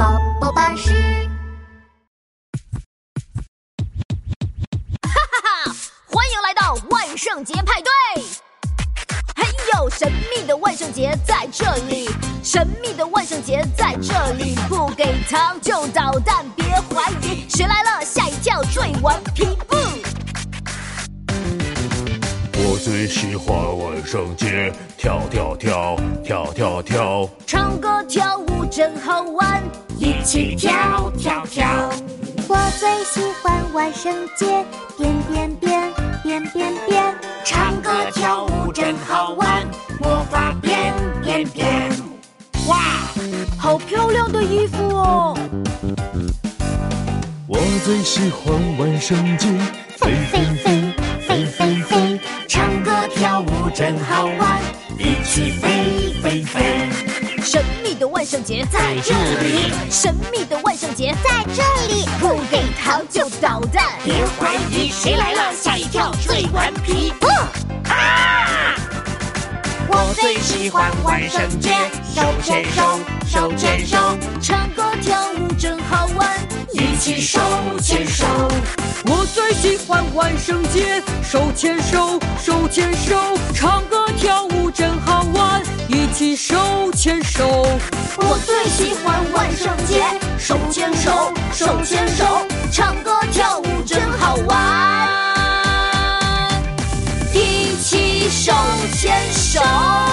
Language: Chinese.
老师，欢迎来到万圣节派对！嘿呦，神秘的万圣节在这里，神秘的万圣节在这里，不给糖就捣蛋，别怀疑，谁来了吓一跳，坠完皮布。我最喜欢万圣节，跳跳跳，跳跳跳，唱歌跳舞真好玩，一起跳跳跳，我最喜欢万圣节，变变变变变变，唱歌跳舞真好玩，魔法变变变，哇！好漂亮的衣服哦！我最喜欢万圣节，飞飞飞飞飞飞，唱歌跳舞真好玩，一起飞飞飞。神秘的万圣节在这里，神秘的万圣节在在这里不给糖就捣蛋。别怀疑，谁来了？吓一跳，最顽皮。我最喜欢万圣节，手牵手，手牵手，唱歌跳舞真好玩，一起手牵手。我最喜欢万圣节，手牵手，手牵手，唱歌跳舞真好玩，一起手牵手。我最喜欢万圣节，手牵手，手牵手，唱歌跳舞真好玩，一起手牵手。